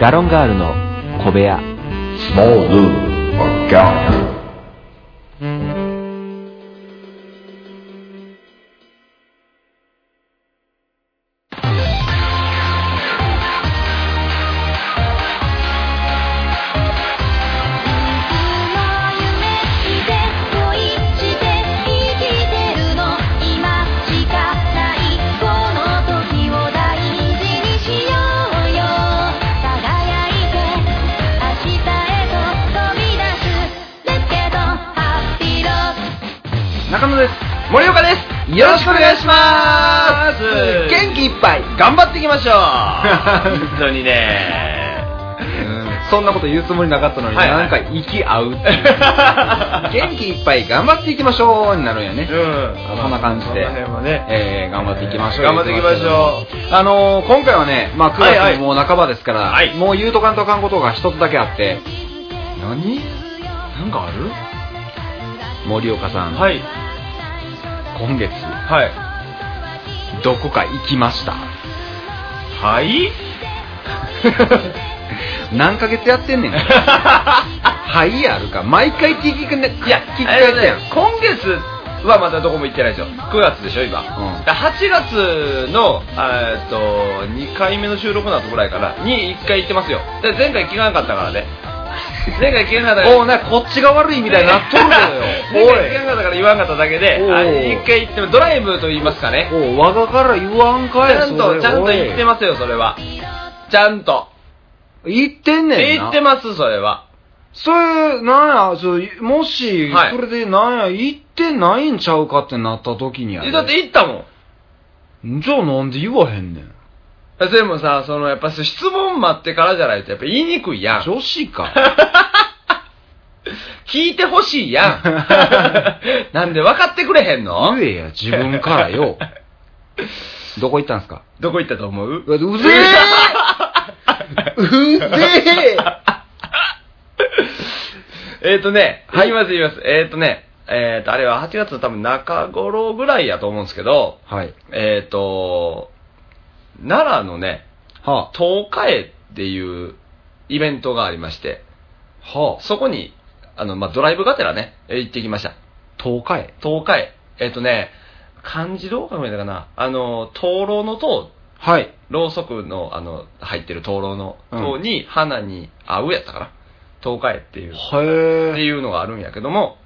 ガロンガールの小部屋 Small Zoo or Gallery. いつも夢見て恋して生きてるの今しかないこの時を大事にしようよ輝いて明日へと飛び出すレッケドハッピーロー中野です森岡ですよろしくお願いします元気いっぱい頑張っていきましょう 本当にねそんなこと言うつもりなかったのに、はいなんか息合うっていう 元気いっぱい頑張っていきましょうになるんやね、うんそんな感じでその辺はねえー頑張っていきましょう頑張っていきましょうあのー今回はね、まあ、9はいはい月ももう半ばですから、はいもう言うとかんとあかんことが一つだけあって何なんかある森岡さん、はい今月はいどこか行きましたはい 何ヶ月やってんねんはいやあるか毎回聞きくねいや聞き返すやんあれね今月はまだどこも行ってないですよ9月でしょ今、んだから8月のえーっと2回目の収録の後ぐらいかなに1回行ってますよで前回聞かなかったか らね前回聞かなかったからおうなこっちが悪いみたいになっとる の 前回聞かよなかったから言わんかっただけでおいあ1回行ってもドライブと言いますかねおいおう我がから言わんちかいゃんそとれちゃんと行ってますよそれはちゃんとおい言ってんねんな行ってますそれはそれなんやそうもし、はいそれでなんや行ってないんちゃうかってなった時にやでだって行ったもんじゃあなんで言わへんねんでもさそのやっぱ質問待ってからじゃないとやっぱ言いにくいやん女子か聞いてほしいや ん。 なんで分かってくれへんの言えや自分から よどこ行ったんすかどこ行ったと思ううぜえうぜえ えっとね、はい、言います言います。えっ、とね、えっ、と、あれは8月の多分中頃ぐらいやと思うんですけど、はいえっ、と、奈良のね、は東海っていうイベントがありまして、あはあそこに、あの、まあ、ドライブがてらね、えー行ってきました。東海東海。えっ、とね、漢字どう考えたかなあの、灯籠の塔はいろうそくのあの入ってる灯籠のうん塔に、花に合うやったかな東海っていうってへえいうのがあるんやけども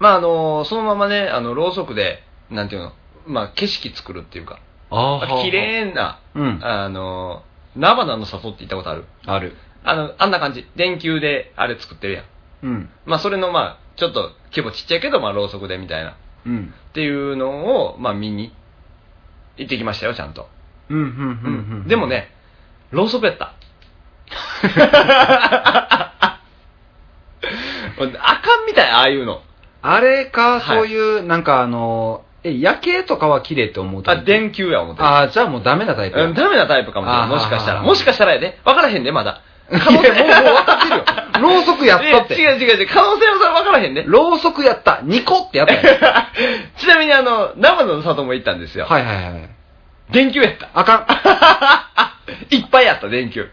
まああのそのままねあのろうそくでなんていうのまあ景色作るっていうかあ綺麗なうんあの菜花の里って言ったことあるあるあのあんな感じ電球であれ作ってるやんうんまあそれのまあちょっと規模ちっちゃいけどまあろうそくでみたいなうんっていうのをまあ見に行ってきましたよちゃんとうんうんうんうんでもね、ローソクやった。 あかんみたい、ああいうの。あれか、はいそういう、なんかあの、え、夜景とかは綺麗って思うタイあ、プ電球や思ってる。あー、じゃあもうダメなタイプや。うんダメなタイプかもしれなあい。もしかしたら。あもしかしたらやで。わからへんで、まだ。可能性、もう、もう分かってるよ。ろうそくやったって。え違う違う違う。可能性はそれ分から へんで。ろうそくやった。ニコってやったやちなみに、あの、生の里も行ったんですよ。ん。はいはいはい。電球やった。 あかいっぱいやった、電球。ん。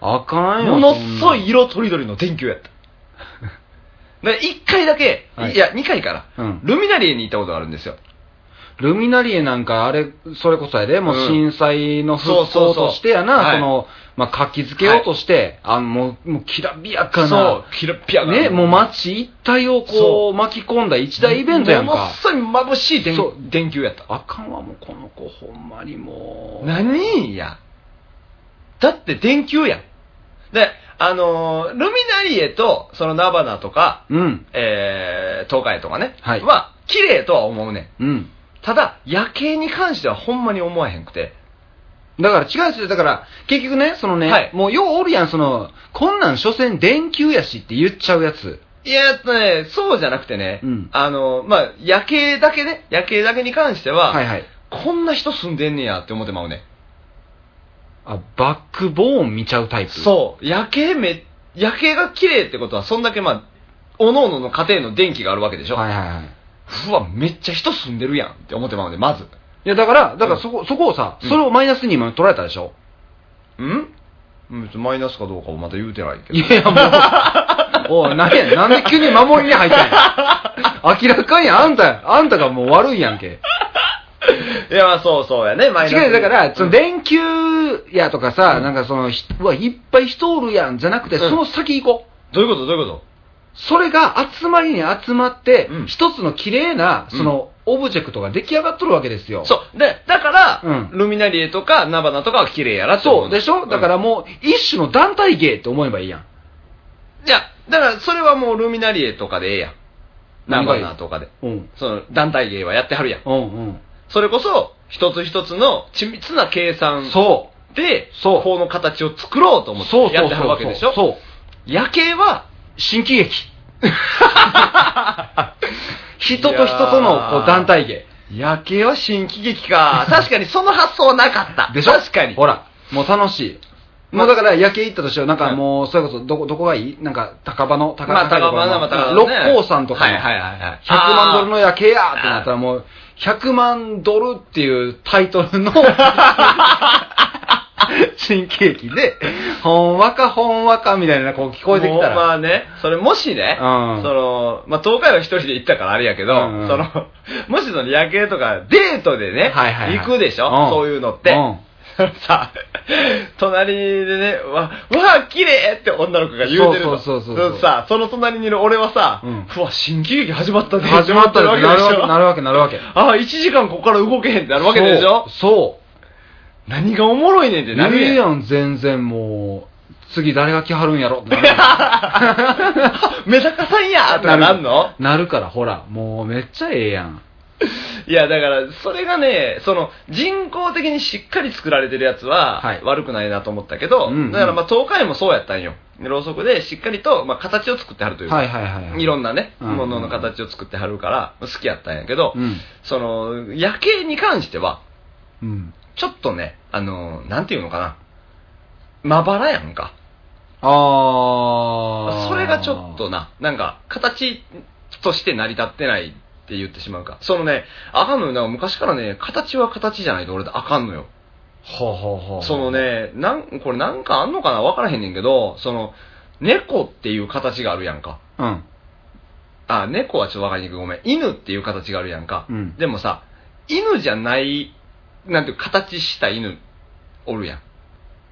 あかんよ。ものすごい色。色とりどりの電球や った。で1回だけ、はいい、や、2回かな、うんルミナリエに行ったことがあるんですよ。ルミナリエなんか、あれ、それこそやで、もううん震災のそう復そう興そうとしてやな、はいその、まあ、活気づけようとして、あの、もう、もうきらびやかそうな、、キラッピアが。ね、もう街一帯をこ、そう巻き込んだ一大イベントやんものか。すごい眩しい電そう電球やった。あかんわ、もうこの子、ほんまにもう。何や。だって電球やん。で、あのールミナリエと、そのナバナとか、うん。えー、東海とかね、はい綺麗とは思うねん。うん。ただ、夜景に関してはほんまに思わへんくて。だから違うんですよ。だから、結局ね、そのね、はいもうようおるやん、その、こんなん所詮電球やしって言っちゃうやつ。いや、えっとね、そうじゃなくてね、うんあの、まあ、夜景だけね、夜景だけに関しては、はいはい。こんな人住んでんねやって思ってまうね。あ、バックボーン見ちゃうタイプ。う。そう、夜景め、夜景が綺麗ってことは、そんだけまあ、おののの家庭の電気があるわけでしょ。はいはいはい。うわ、めっちゃ人住んでるやんって思ってまうね、まず。いや、だから、だからそこ、そこをさ、うんそれをマイナスに今取られたでしょ。んうん別にマイナスかどうかをまた言うてないけどいやいや、 もう、おい、なんや、なんで急に守りに入った んや。明らかにあんた、あんたがもう悪いやんけ。いやまあそうそうやねマイナス違うよだから、そので連休やとかさ、なんかその、ひうわ、いっぱい人おるやんじゃなくて、うんその先行こう。どういうことどういうこそれが集まりに集まって、うん一つの綺麗な、その、オブジェクトが出来上がっとるわけですよ。とそうでだから、うんルミナリエとかナバナとかは綺麗やなって思そううでしょだかうらんもう、一種の団体芸って思えばいいやん。じゃあだからそれはもうルミナリエとかでええやんナ何がバいいナとかでうん。その団体芸はやってはるやんうんそれこそ一つ一つの緻密な計う算ん。そでそう法の形を作ろうとう。思っそうそうそうてやってはるわけでしょそう。夜景は新喜 劇。人と人とのこう団体芸。夜景は新喜劇か確かにその発想はなかったでしょ確かにほら、もう楽しい。まもあうだから夜景行ったとしても、なんはかいもう、それこそ、どこ、どこがいいなんか、高場の、高まあ高場のまあ高場のね六甲山とかの、はいはいはいはい100万ドルの夜景やってなったらもう、100万ドルっていうタイトル の、新喜劇で、ほんわかほんわかみたいな、こう聞こえてきたもうまら。あね、それもしね、うんその、まあ東海は一人で行ったからあれやけど、うんうんその、 もしその夜景とかデートでね、はいはいはい行くでしょ、うんそういうのって。うん さ、隣でね、わ、わあ、綺麗って女の子が言うてるの。そうそうそうそうさ、その隣にいる俺はさ、ううんわ、新喜劇始まったねて始まったら思なるてるわわけでしけ、ょなるわけ、なるわけ。ああ、1時間ここから動けへんってなるわけでしょそう。何がおもろいねんってななるるやん。 やん、全然もう。次誰が来はるんやろってなる メダカさんやーってなんのなるから、ほら、もうめっちゃええやん。いや、だから、それがね、その、人工的にしっかり作られてるやつははい、悪くないなと思ったけど、うんうんだから、まあ、東海もそうやったんよ。ろうそくで、しっかりと、まあ、形を作ってはるというか、はいはいはいはいいろんなね、うんものの形を作ってはるから、好きやったんやけど、うんその、夜景に関しては、うん。ちょっとね、あの、なんていうのかな、まばらやんか。あー。それがちょっとな、なんか、形として成り立ってないって言ってしまうか。そのね、あかんのよ。なんか昔からね、形は形じゃないと俺あかんのよ。ほうほうほう。その。ね、なん、これなんかあんのかなわからへんねんけど、その、猫っていう形があるやんか。うん。あ、猫はちょっとわかりにくい。ごめん。犬っていう形があるやんか。うんでもさ、犬じゃない、なんていう形した犬、おるやん。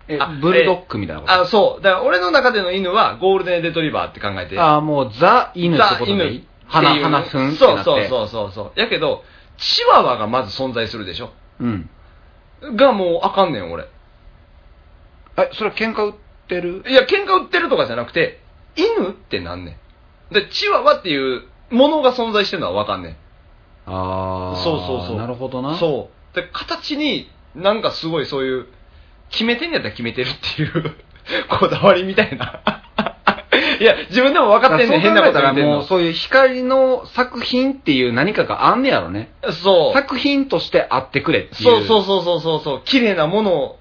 えあ、ブルドッグみたいなこと。あ、そう。だから俺の中での犬はゴールデンレトリバーって考えて。あー、もうザ・犬ってことでいザ犬っていうい鼻、鼻ふんってそなうって。そうそうそうそうやけどチワワがまず存在するでしょう。うん。がもうあかんねん俺え、それ喧嘩売ってるいや喧嘩売ってるとかじゃなくて犬ってなんねんでチワワっていうものが存在してるのはわかんねんあー。そうそうそうなるほどな。そうで形になんかすごいそういう決めてんやったら決めてるっていう こだわりみたいな いや自分でも分かってんねん変変ななこことと言らってんもうのそういう光の作品っていう何かがあんねやろね。そう作品としてあってくれっていう。そうそうそうそうそうそう、綺麗なものを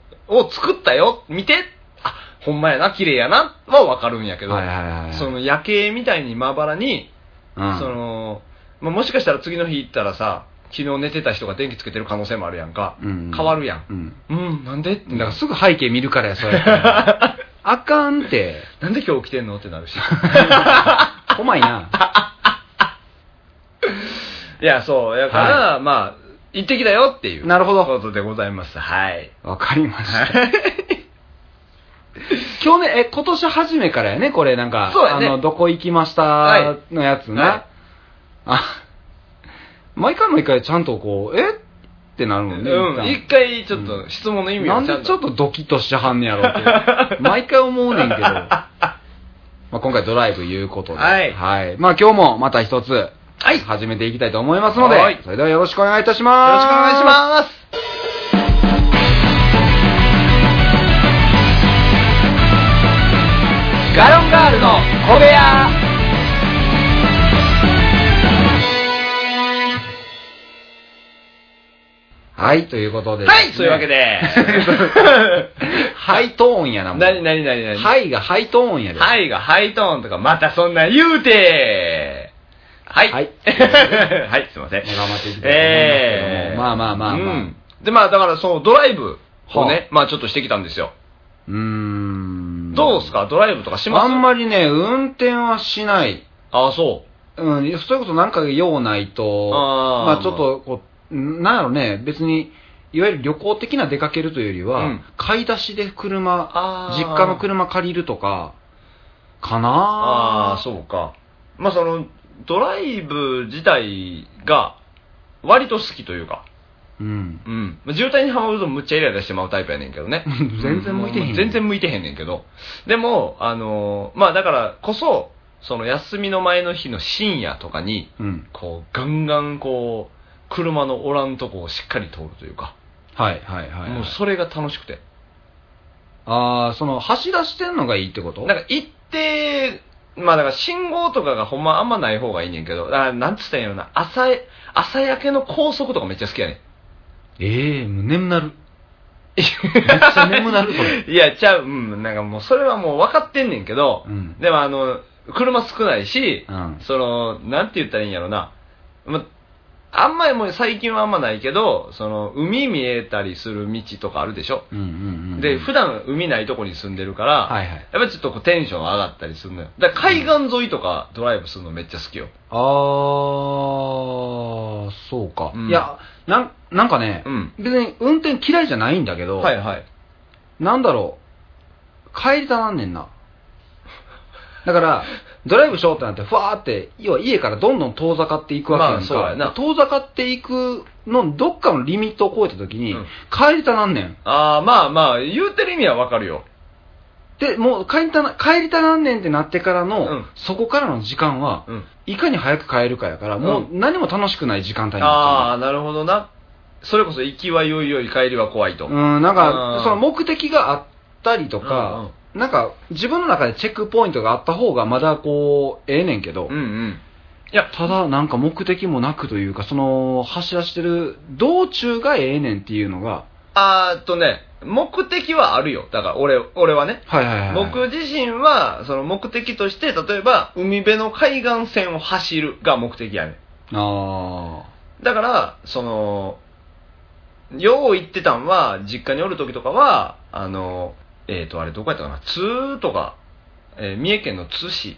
作ったよ、見て、あほんまやな、綺麗やな、はわかるんやけど、はいはいはいはいその夜景みたいにまばらに、うんそのまあ、もしかしたら次の日行ったらさ、昨日寝てた人が電気つけてる可能性もあるやんか、うん変わるやん。うん。うん、なんでだからすぐ背景見るからや、そ れ。あかんって。なんで今日起きてんのって なるし。こまいな。いや、そう、やから、まあ、行ってきたよっていう。なるほどことでございます。はい。わかりました。 去年、え、今年初めからやね、これ、なんか、そうやねあの、どこ行きましたはのやつな。はいあ、毎回毎回ちゃんとこう、えってなるもんね。うん、一一回ちょっと質問の意旦味なをんちゃんでちょっとドキッとしてはんねやろ って。毎回思うねんけど。まあ今回ドライブいうことで。はいまあ今日もまた一つ、はい始めていきたいと思いますので、はいそれではよろしくお願いいたします。よろしくお願いします。ガロンガールの小部屋。はい、ということでですね、はい、そういうわけで。 ハイトーンやな、もうなになになになにはいがハイトーンやで。はいがハイトーンとか、またそんなん言うてはい。はい はい、すいまません。あ頑張っていきたいと思いますけどもえーまあまあまあまあうんで、まあだからそのドライブをはね、まあちょっとしてきたんですよ。うーん。どうですかドライブとかしますあんまりね、運転はしない。ああ、そう。うん、そういうことなんか用ないと、あーまあちょっとこう、なんやろね、別に、いわゆる旅行的な出かけるというよりは、うん買い出しで車、あー実家の車借りるとか、かなああ、そうか。まあその、ドライブ自体が、割と好きというか、う。うん。。うん。まあ渋滞にはまるとむっちゃイライラしてまうタイプやねんけどね 全然向いてへんう全然向いてへんねんけど。でも、あのーまあだからこそ、その休みの前の日の深夜とかに、うん。こう、ガンガンこう、車のおらんとこをしっかり通るというか、はいはいはい、はい。もうそれが楽しくて。ああ、その、走らしてんのがいいってことなんか一定、まあだから信号とかがほんまあんまない方がいいねんけど、あなんつったんやろな、朝え、朝焼けの高速とかめっちゃ好きやねん。ええ眠なる。めっちゃ眠なる、これ。 いや、ちゃう、うん、なんかもうそれはもう分かってんねんけど、うんでもあの、車少ないし、うんその、なんて言ったらいいんやろな、ま、あんまりもう最近はあんまないけど、その、海見えたりする道とかあるでしょ。うんうんうん。で、普段海ないとこに住んでるから、はいはい。やっぱちょっとこうテンション上がったりするのよ。だから海岸沿いとかドライブするのめっちゃ好きよ。あー、そうか。うんいやなん、なんかね、うん別に運転嫌いじゃないんだけど、はいはい。なんだろう、帰りたなんねんな。だから、ドライブしようってなって、ふわーって、要は家からどんどん遠ざかっていくわけやんか、まあそうやな遠ざかっていくの、どっかのリミットを超えた時に、うん帰りたなんねん。ああ、まあまあ、言うてる意味はわかるよ。で、もう帰りたな、帰りたなんねんってなってからの、うんそこからの時間は、うん。いかに早く帰るかやから、もう何も楽しくない時間帯になっちゃうのああ、なるほどな。それこそ行きは良い良い、帰りは怖いと。うん、なんうかん、その目的があったりとか、なんか、自分の中でチェックポイントがあった方がまだこう、ええねんけど、うんうん。いや、ただ、なんか目的もなくというか、その、走らしてる道中がええねんっていうのが、あーっとね、目的はあるよ。だから俺、俺はね。はいはいはい。僕自身は、その目的として、例えば、海辺の海岸線を走るが目的やねあん。だから、その、よう行ってたんは、実家におる時とかは、あの、えっ、と、あれどこやったかな、津とか、えー三重県の津市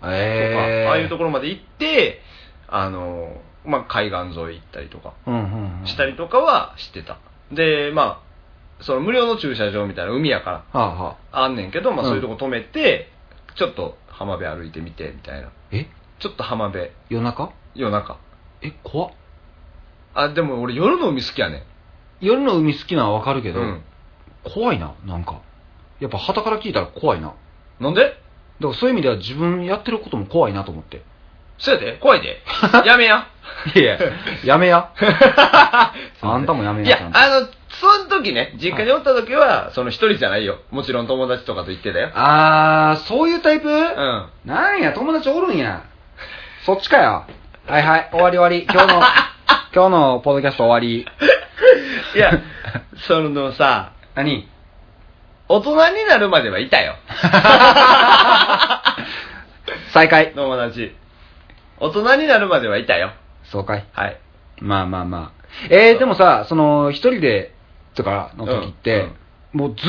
あ。とか、ええああいうところまで行って、あの、まあ、海岸沿い行ったりとか、うんうんうん。したりとかはしてた。で、まあ、その無料の駐車場みたいな海やから、はあはあ。あんねんけど、まうあんそういうとこ止めて、ちょっと浜辺歩いてみて、みたいな。えちょっと浜辺、夜中夜中。え、怖っあ、でも俺夜の海好きやねん。夜の海好きなのはわかるけど、うん。怖いな、なんか。やっぱ、旗から聞いたら怖いな。だなんでからそういう意味では自分やってることも怖いなと思って。そうやで怖いで。 やめや。いや、 やめや。あんたもやめいや。ちゃやん、とあの、その時ね、実家におった時は、その一人じゃないよ。もちろん友達とかと行ってたよ。あー、そういうタイプ、うん。なんや、友達おるんや。そっちかよ。はいはい、終わり終わり。今 日の、今日のポッドキャスト終わり。いや、そのさ、何大人になるまではいたよ。再開。友達。大人になるまではいたよ。そうかい。はい。まあまあまあ。えー、でもさ、その、一人で、とかの時って、もうずっ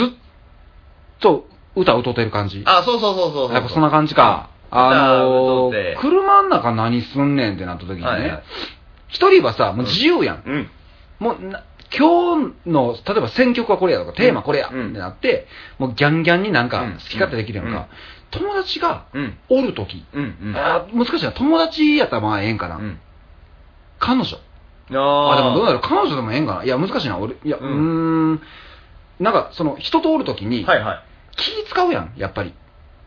と歌歌うてる感じ。あ、そうそうそうそうそう。やっぱそんな感じか。あの歌歌うーて車ん中何すんねんってなった時にはいはねい、一人はさ、もう自由やん。うん。もうな今日の、例えば選曲はこれやとか、テーマこれやってうんなって、もうギャンギャンになんうんか好き勝手できるやんか。友達がうん。おるとき、うん。うん。あー難しいな、友達やったらまあええんかうな。ん。彼女。あーあ、でもどうだろう、彼女でもええんかな。いや、難しいな、俺。いや、ううーんん。なんか、その、人とおるときに、はいはい。気使うやん、やっぱり。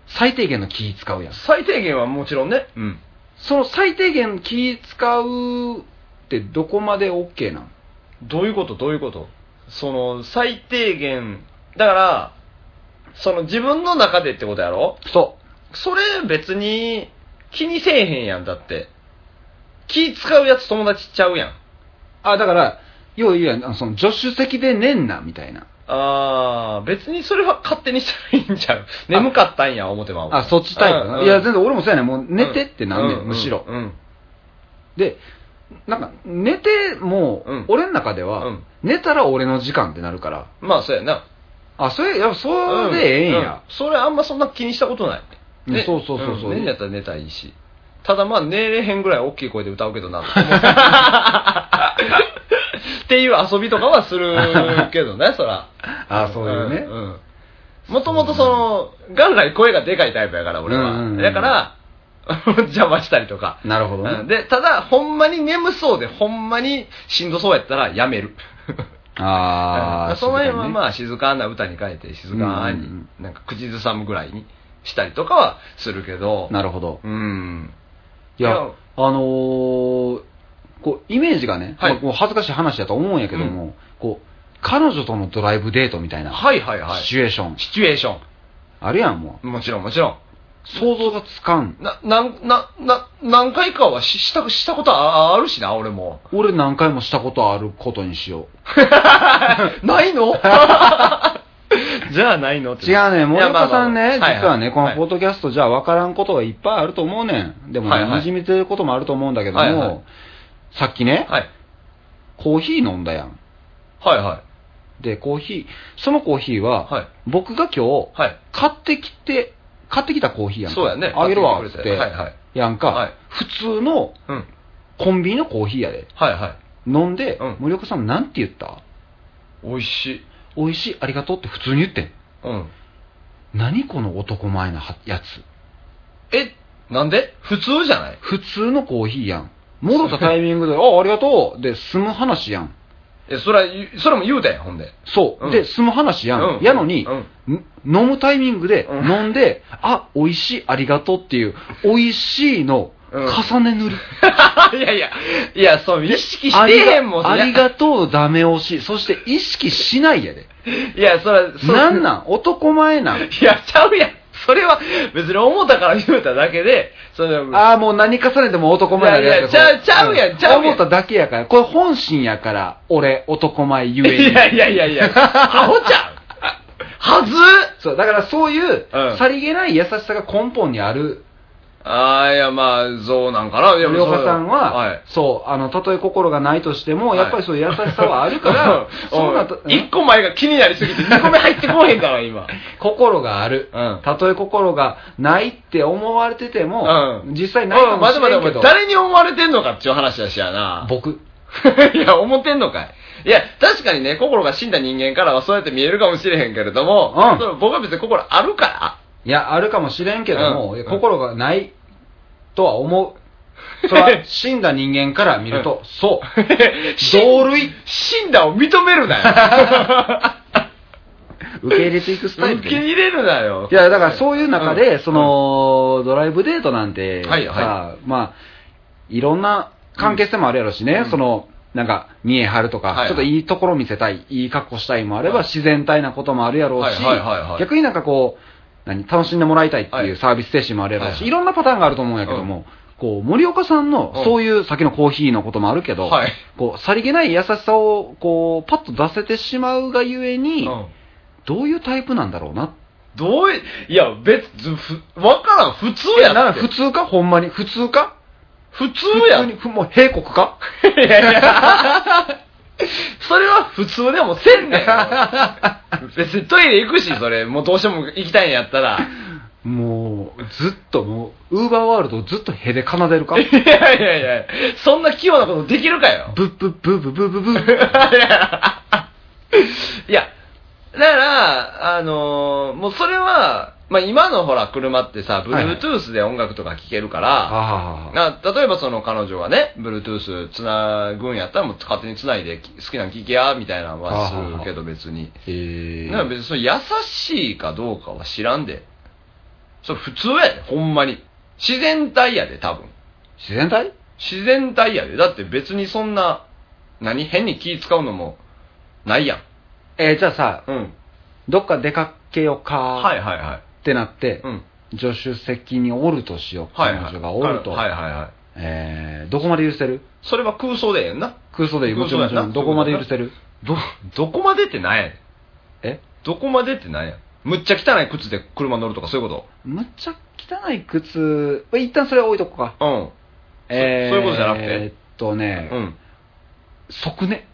最低限の気使うやん。最低限はもちろんね。うん。その最低限気使うってどこまで OK なんどういうことどういうことその、最低限、だから、その自分の中でってことやろそそれ別に気にせえへんやん、だって。気使うやつ友達ちゃうやん。う。あ、だから、要は言うやんあのその助手席で寝んな、みたいな。あー、別にそれは勝手にしたらいいんちゃう。眠かったんや、思ってまう。あ、そっちタイプうんな。うんいや、全然俺もそうやねんもう寝てってなんね、うんむしろ。うん。で、なんか、寝てもうん、俺の中でうはん、寝たら俺の時間ってなるから、まあ、そうやな。あ、それ、やっぱそれでええんううや。それあんまそんな気にしたことない。うんそうそうそうそうん寝んやったら寝たらいいし。ただまあ寝れへんぐらい大きい声で歌うけどな。っていう遊びとかはするけどね、そら。あそういうねんんもともとその、元来声がでかいタイプやから、俺うんうんうは。んだから、邪魔したりとか。なるほどうんね。で、ただ、ほんまに眠そうで、ほんまにしんどそうやったらやめる。あうあ、んその辺はまあ、あ静かな歌に変えて静かうんうんになんか口ずさむぐらいにしたりとかはするけどなるほど。うんいや、いあやのーこう、イメージがね、はいまあこう恥ずかしい話だと思うんやけども、こう、彼女とのドライブデートみたいな、はいはいはいシチュエーション、シチュエーショあるやん、もンもちろんもちろんう。想像がつかん。ななんなな何回かはししたしたことああるしな俺も俺何回もしたことあることにしよない のじゃあないのっう。て違うね、い森やまあまあ岡さんね、まあいい実はね、このいポッドキャストじゃ分からんことがいっぱいあると思うねん。でもね、はいはいにじみてることもあると思うんだけども、はいはいさっきね、はいコーヒー飲んだやん。はいはいで、コーヒー、そのコーヒーは、はい僕が今日、はい買ってきて、買ってきたコーヒーやんか。そうやねあげるわ、買っってきてて。くれてはいはいやんか、はい普通のうんコンビニのコーヒーやで。はいはい飲んで、うん森岡さんなんて言った美味しい美味しい、ありがとうって普通に言ってん。うん何この男前なはやつ。えなんで普通じゃない普通のコーヒーやん。戻ったタイミング で、あ、ありがとうで、済む話やん。えそれは言うそれも言うたやんほ んでそう。うんで、済む話やん。うんやのに、ん飲むタイミングで、うん飲んで、あ、美味しい、ありがとうっていう、美味しいの、うん重ね塗り。いやいや、いや、そう、意識 しあてりへんもんがありいがとうダメ押し。そして意識しないやで。 や、それは、そなんなん男前なんいや、ちゃうやん。それは、別に思ったから言うただけで、それは、ああ、もう何重ねても男前いやいやだからちゃうちゃうやんんちゃうやん思っただけやから。これ本心やから、俺、男前ゆえに。 いやいやいや いや、アホちゃんはずそう、だからそういう、うんさりげない優しさが根本にある。ああ、いや、まあ、そうなんかな。いや森岡さんは、はい。そう、あの、たとえ心がないとしても、はいやっぱりそういう優しさはある から、そうなと、うん1個前が気になりすぎて、2個目入ってこへんから、今。心がある。うんたとえ心がないって思われてても、うん実 際ないかもしれんまけだまだど、誰に思われてんのかっていう話だしやな。僕。 いや、思ってんのかい。いや、確かにね、心が死んだ人間からはそうやって見えるかもしれへんけれども、うんその僕は別に心あるから。いや、あるかもしれんけども、うん。いや心がないとは思う。それは死んだ人間から見ると、そう 同類。死んだを認める な 受け入れていくスタよ。イ受ルでけね。入れるなよ。いや、だからそういう中で、んそ、の、ドライブデートなんてさ、はいはまあ、いろんな関係性もあるやろしね、うんその、なんか、見え張るとか、はいはいちょっといいところ見せたい、いい格好したいもあれば、はい自然体なこともあるやろうし、はいはいはいはい逆になんかこう、何、楽しんでもらいたいってはいいうサービス精神もあるやろうし、はいいはいろんなパターンがあると思うんやけども、こう、森岡さんうのん、そういう、さっきのコーヒーのこともあるけど、はいこう、さりげない優しさを、こう、パッと出せてしまうがゆえうんに、うんどういうタイプなんだろうなってどうい、いや、別、ずふ、わからん、普通いや、やなな。んか普通かほんまに。普通か普通やん。に、ふもう閉国か いやいや それは普通でもせんねん。別にトイレ行くし、それ。もうどうしても行きたいんやったら。もう、ずっともう、ウーバーワールドをずっとへで奏でるか いやいやいや、そんな器用なことできるかよ。ブッブッブッブッブッブッブいッや、 いやだから、あのーもうそれは、まあ今のほら、車ってさ、はいはい Bluetooth で音楽とか聴けるから、ああ。な例えばその彼女がね、Bluetooth つなぐんやったら、もう勝手につないでき好きなの聴けや、みたいなのはするけど別に。えーなんか別にその優しいかどうかは知らんで。それ普通やで、ほんまに。自然体やで、多分。自然体自然体やで。だって別にそんな、何変に気使うのも、ないやん。えーじゃあさ、うん。どっか出かけようかはいはいはい。ってなって、うん。助手席におるとしよう。はい彼はい。女がおると。はいはいはい。えーどこまで許せるそれは空想でええんな。空想で言う。もちろん、もちろん。空ど想こやなまで許せるど、どこまでってなんやねん。えどこまでってなんや。むっちゃ汚い靴で車乗るとかそういうこむっちゃ汚い靴、一旦それは置いとこうか。とうん。そえーそういうことじゃなくてえーっとね、うん。即ね。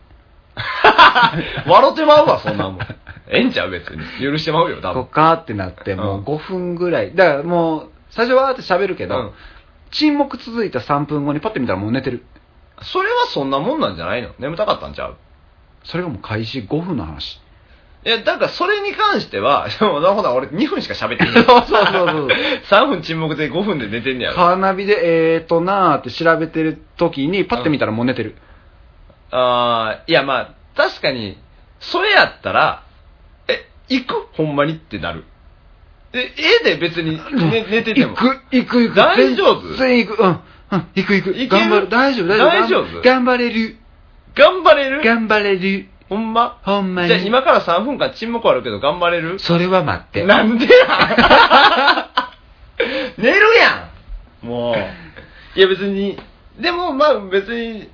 笑ってまうわ、そんなもん。ええんちゃう、別に。許してまうよ、多こ分っ。かーってなって、もう5分ぐらい。だからもう、最初はーって喋るけど、うん沈黙続いた3分後にパッて見たらもう寝てる。それはそんなもんなんじゃないの眠たかったんちゃうそれがもう開始5分の 話。いや、だからそれに関しては、 でもほら、俺2分しか喋ってな そい。うそうそ うそう3分沈黙で5分で寝てんねやろ。カーナビで、えーとなーって調べてる時に、パッて見たらもう寝てる。あーいやまあ、確かに、それやったら、え、行くほんまにってなる。え、ええで別に、 ね、寝てても。行く、行く、行く。大丈夫全然行く。うん。うん、行く、行く。いける頑張る。大丈夫、大丈夫。大丈夫頑張れる。頑張れる頑張れる。ほんまほんまに。じゃあ今から3分間沈黙あるけど頑張れるそれは待って。なんで や寝るやんもう。いや別に、でもまあ別に、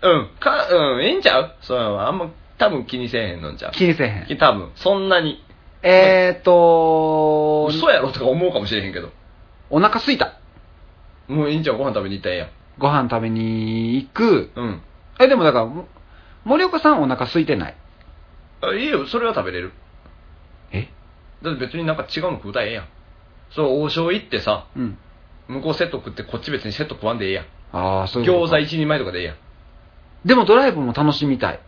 うん、か、うん、ええんちゃうそれはあんま多分気にせえへんのんちゃう気にせえへん。多分、そんなに。えーと嘘やろとか思うかもしれへんけど。お腹すいた。もういいんちゃうご飯食べに行ったらええご飯食べに行く。やん。うん。え、でもだから、も森岡さんお腹空いてない。あいいよ、それは食べれる。えだって別になんか違うの食うたらええやん。そう、王将行ってさ、うん。向こうセット食ってこっち別にセット食わんでええやん。ああ、そういうこと餃子一人前とかでええやん。でもドライブも楽しみたい。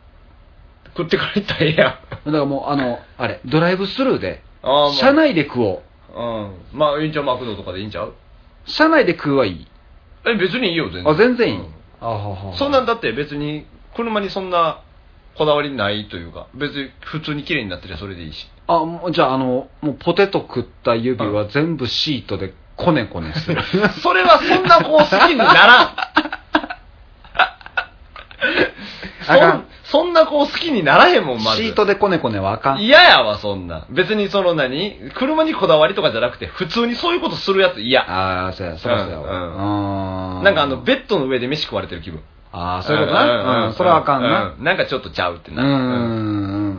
食ってから行ったらええや ん。だからもう、あの、あれ、ドライブスルーで、あー車。内で食おう。うん。まあ、いいんちゃうマクドとかでいいんちゃう車内で食うはいい。え、別にいいよ、全然。あ、全然いい。うんあははそんなんだって別に、車にそんなこだわりないというか、別に普通に綺麗になってりゃそれでいいし。あ、もうじゃあ、あの、もうポテト食った指は全部シートでコネコネす る。それはそんな子を好きになあからんん。そん、そんな子を好きにならへんもん、まず。シートでコネコネはあかん。嫌やわ、そんな。別にその何車にこだわりとかじゃなくて、普通にそういうことするやつ嫌。ああ、そうや、そうや、そうや。ううんーんなんかあの、ベッドの上で飯食われてる気分。ああ、そういうことな。うん、それはあかんな。う。なんかちょっとちゃうってうな。ん。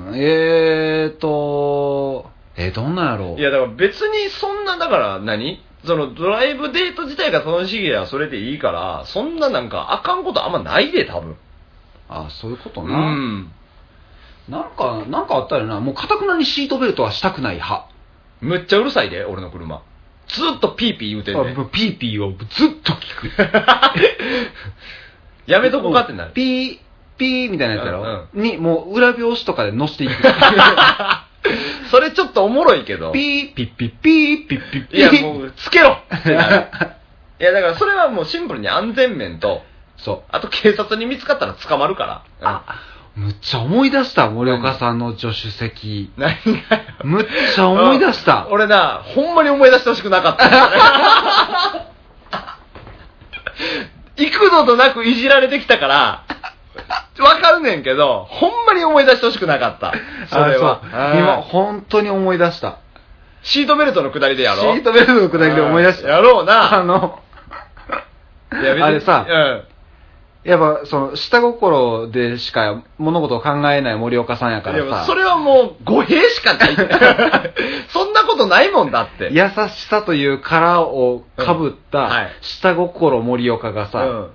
うんえーと、え、どんなんやろう。いや、だから別にそんな、だから何そのドライブデート自体が楽しいやそれでいいから、そんななんかあかんことあんまないで、多分。ああ、そういうことうな。ん。なんか、なんかあったよな。もう、かたくなにシートベルトはしたくない派。むっちゃうるさいで、俺の車。ずっとピーピー言うてんあねもうピーピーをずっと聞く。 やめとこうかってなる。ピー、ピーみたいなやつやろ。うんに、もう、裏表紙とかで乗せていく。それちょっとおもろいけど。ピー、ピッピッピー、ピッピッピー。いや、もう、つけろってなるいや、だからそれはもうシンプルに安全面と、そあと警察に見つかったら捕まるから。う。あ、むっちゃ思い出した、森岡さんの助手席。うん、何がよむっちゃ思い出したうん。俺な、ほんまに思い出してほしくなかった。幾度となくいじられてきたから、わかるねんけど、ほんまに思い出してほしくなかった。それは。あうんそう今、本当に思い出した。シートベルトの下りでやシろートベルトのくだりで思い出しうんやた。ろうあな。の、いや別にあれさうん。やっぱ、その、下心でしか物事を考えない森岡さんやかでもらさそ、れはもう語弊しか ない。そんなことないもんだって。優しさという殻をかぶっうんはいた下心森岡がうさ、ん。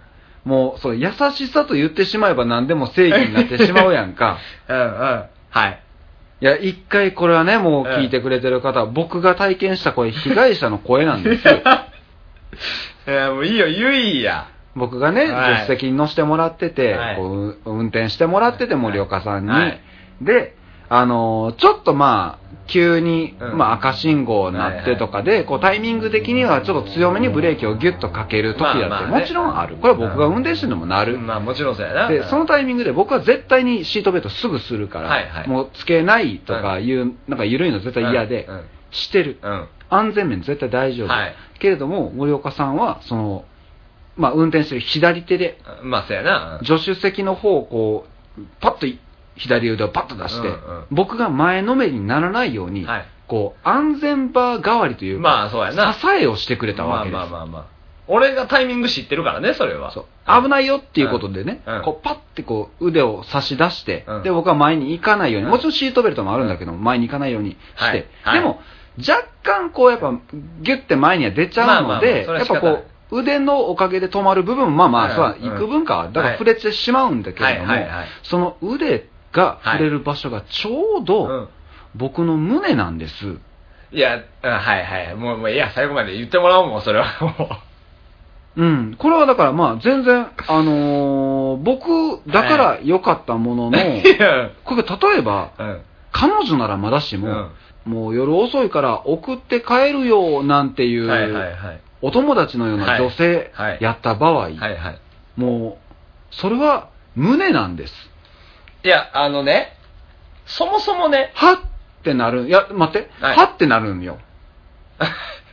もう、その優しさと言ってしまえば何でも正義になってしまうやん か。うんうん。はい。いや、一回これはね、もう聞いてくれてる方、僕が体験した声、被害者の声なんですよ。いや、もういいよ、ゆいや。僕がね、はい助手席に乗せてもらってて、はいこうう運転してもらってて、森岡さんに。はいで、あのーちょっとまあ、急に、うんまあ、赤信号になってとかで、こうタイミング的にはちょっと強めにブレーキをギュッとかける時だって、まあまあねもちろんある。これは僕が運転してるのもなる。まあもちろんそうやな。でそのタイミングで僕は絶対にシートベルトすぐするから、はいはいもうつけないとかいう、なんか緩いの絶対嫌で、うんうんしてる、うん。安全面絶対大丈夫、はいけれども森岡さんはその、まあ、運転してる左手でまあそうやな。助手席の方をこうパッとい左腕をパッと出して、うんうん僕が前のめりにならないように、はいこう安全バー代わりというか、まあそうやな。支えをしてくれたわけです、まあまあまあまあ。俺がタイミング知ってるからね、それは。そう危ないよっていうことでね、うんこうパッてこう腕を差し出して、うんで僕は前に行かないように、うんもちろんシートベルトもあるんだけど、前に行かないようにして、はいはいでも若干こうやっぱギュッて前には出ちゃうので、まあまあまあやっそれぱは仕方ないこう腕のおかげで止まる部分まあまあ、はいそううん幾分かはだから触れてしまうんだけれども、はいはいはいその腕がはい触れる場所がちょうど僕の胸なんです。いや、うんはいはい。もう、もういや、最後まで言ってもらおうもん、それは。 もうん、これはだからまあ全然、あのー僕だから良かったもの う。の、いや これ例えば、うん。彼女ならまだしも、うんもう夜遅いから送って帰るよなんていう、はいはいはい。お友達のような女性はいはいやった場合、はいはい。もうそれは胸なんです。いや、あのね、そもそもね、はってなる、いや、待って、はいはってなるんよ。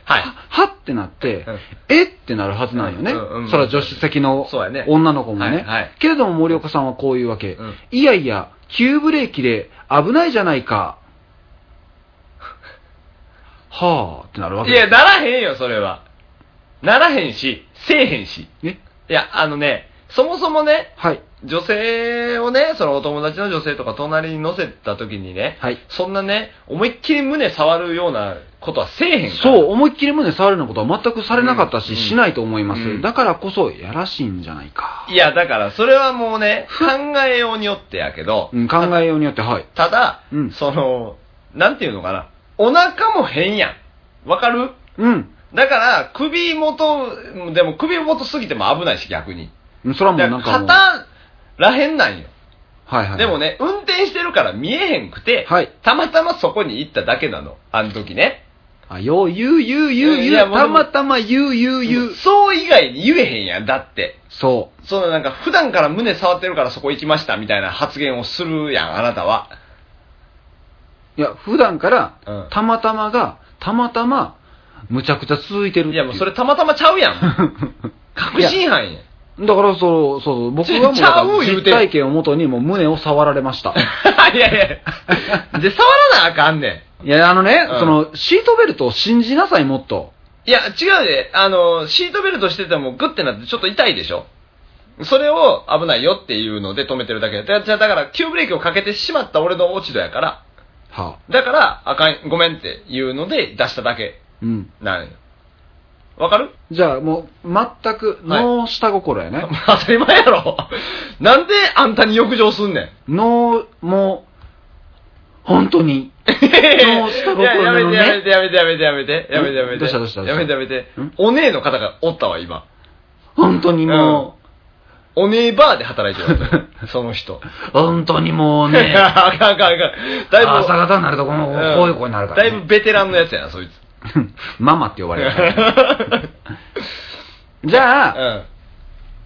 はい。 はってなって、うんえってなるはずなんよね、うんうんうんそれは助手席のそうやね女の子もね、はいはいけれども森岡さんはこういうわけ、うんいやいや、急ブレーキで危ないじゃないか、はあってなるわけ いや、ならへんよ、それは。ならへんし、せえへんし。ね、いや、あのね、そもそもね、はい、女性をね、そのお友達の女性とか隣に乗せた時にね、はい、そんなね、思いっきり胸触るようなことはせえへんから。そう、思いっきり胸触るようなことは全くされなかったし、うんしないと思います、うんだからこそ、やらしいんじゃないか、いや、だから、それはもうね、考えようによってやけど、うん、考えようによって、はい、ただ、うんその、なんていうのかな、お腹も変やん。わかるうん、だから、首元、でも首元すぎても危ないし、逆に。うんそれはもうなんだからかもう、肩らへんなんよ。はいはいはい、でもね、運転してるから見えへんくて、はいたまたまそこに行っただけなの。あの時ね。あ、よう、言う、言う、言う、い言やう、もうでたもまたま言う、言う、言う。そう以外に言えへんやん。だって。そそのなんか普段から胸触ってるからそこ行きましたみたいな発言をするやん、あなたは。う。いや、普段から、うんたまたまが、たまたま、むちゃくちゃ続 いてるっていやもうそれたまたまちゃうやん。 確信犯やん。だから、そう、そう、僕はもうちゃう言うて実体験をもとに、もう胸を触られました。いやいや。で、触らなあかんねいや、あのね、うんその、シートベルトを信じなさい、もっと。ん。いや、違うで。あの、シートベルトしててもグッてなってちょっと痛いでしょ。それを危ないよっていうので止めてるだけだ。じゃあだから、急ブレーキをかけてしまった俺の落ち度やから。はあ、だから、あかん、ごめんっていうので出しただけうん。なんよ。わかるじゃあ、もう、全く、はい脳下心やね。当たり前やろ。なんであんたに浴場すんねん。脳、もう、本当に。もうした僕いややめのてねやめてやめてやめてやめてやめてやめてどうしたどうしたどうしたやめてやめてんお姉の方がおったわ今本当にもお姉バーで働いてるわ その人う、本当にもう ね、あかんあかんあかんだいぶ朝方になるとこのこんういう子になるからねだいぶベテランのやつやなそいつ ママって呼ばうれる から。じ ゃあ、ん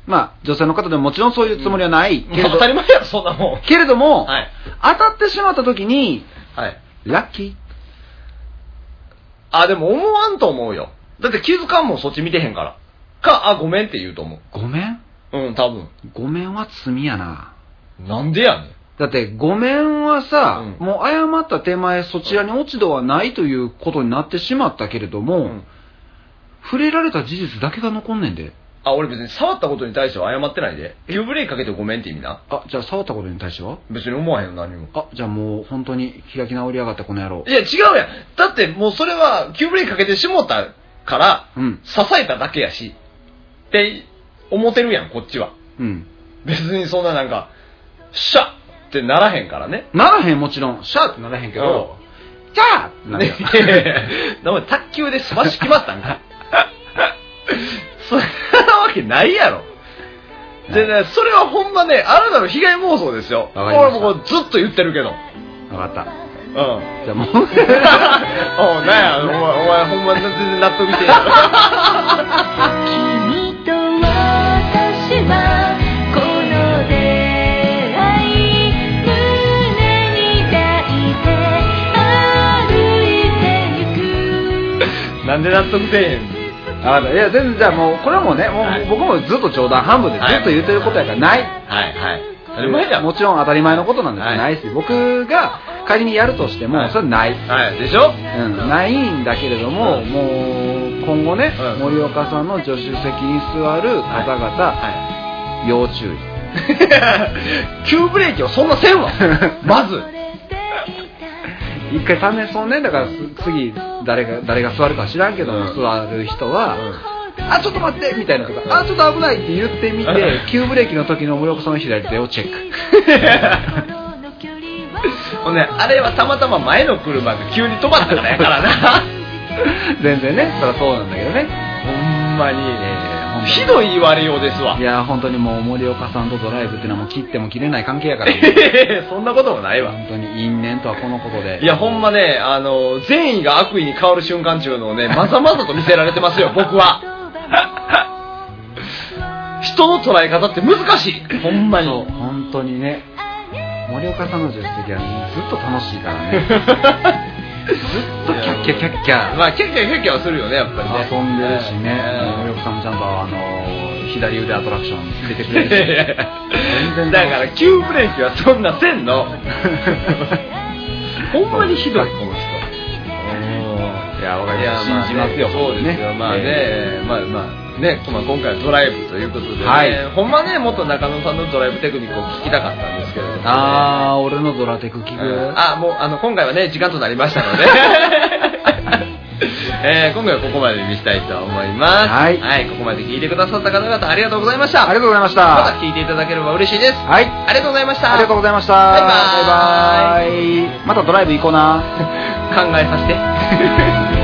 まあ、女性の方でももちろんそういうつもりはないけれど当た、り前やろそんなもんけれども、はい当たってしまった時に、はいラッキあでも思わんと思うよだって気づかんもんそっち見てへんからかあごめんって言うと思ー、ごめんううん多分ごめんは罪やな。なんでやねんだって、ごめんはさ、うんもう謝った手前、そちらに落ち度はないということになってしまったけれども、うん触れられた事実だけが残んねんで。あ俺別に触ったことに対しては謝ってないで急ブレーキかけてごめんって意味なあ、じゃあ触ったことに対しては別に思わへんよ何もあ、じゃあもう本当に開き直りやがったこの野郎い。や違うやんだってもうそれは急ブレーキかけてしもたからうん。支えただけやしって思ってるやんこっちはうん。別にそんななんかシャッってならへんからねならへん、もちろん。シャーってならへんけど、キャーってなる よ。でも卓球でスマッシュ決まったんかそんなわけないやろでね、それはほんまね、あなたの被害妄想ですよ。わかりました俺もうずっと言っ てるけど。わかった。うん。じゃあもう。 おうなんやお前お前ほんま全然納得いってへんやろ「君と私はこの出会い」「胸に抱いて歩いてゆく」 なんで納得せえへんあいや全然じゃあもうこれはもうねもう、はい僕もずっと冗談半分でずはいっと言ってることやからない、はいはい当たり前じゃんもちろん当たり前のことなんですよ、はいないし僕が仮にやるとしても、はいそれはない、はいでしょうん、ないんだけれども、うんもう今後ね、うん森岡さんの助手席に座る方々、は要注意い 急ブレーキをそんなせんわ まず一回試そうねだからす次誰が誰が座るか知らんけども、うん座る人は、うんあちょっと待ってみたいなとかあちょっと危ないって言ってみてう 急ブレーキの時の森岡さんの左手をチェック心の距ほんであれはたまたま前の車が急に止まったんだからな 全然ねそりゃそうなんだけどねほんまに、ーほんまにひどい言われようですわいや本当にもう森岡さんとドライブってのはもう切っても切れない関係やから そんなこともないわ本当に因縁とはこのことでいやほんまねあの善意が悪意に変わる瞬間っていうのをねまざまざと見せられてますよ僕は 人の捉え方って難しいほんまにそう本当にね森岡さんの助手席はずっと楽しいからね ずっとキャッキャキャッキャまあキャッキャキャッキャはするよねやっぱりね遊んでるしねうん森岡さんもちゃんとあの左腕アトラクション入れてくれいやいやるいしや だから急ブレーキはそんなせ んのほんまにひどいこの人いやわかりいやます信じますよまあねそうですよまあね、えまあまあね、まあ、今回はドライブということで、ねはいほんまねもっと中野さんのドライブテクニックを聞きたかったんですけれども、ね、ああ俺のドラテク聞く、うんあもうあの今回はね時間となりましたので えー今回はここまでにしたいと思いますはいここまで聞いてくださった方々ありがとうございましたありがとうございましまたた聞いていただければ嬉しいですはいありがとうございましたありがとうございましたバイババイイバイまたドライブ行こうな考えさせて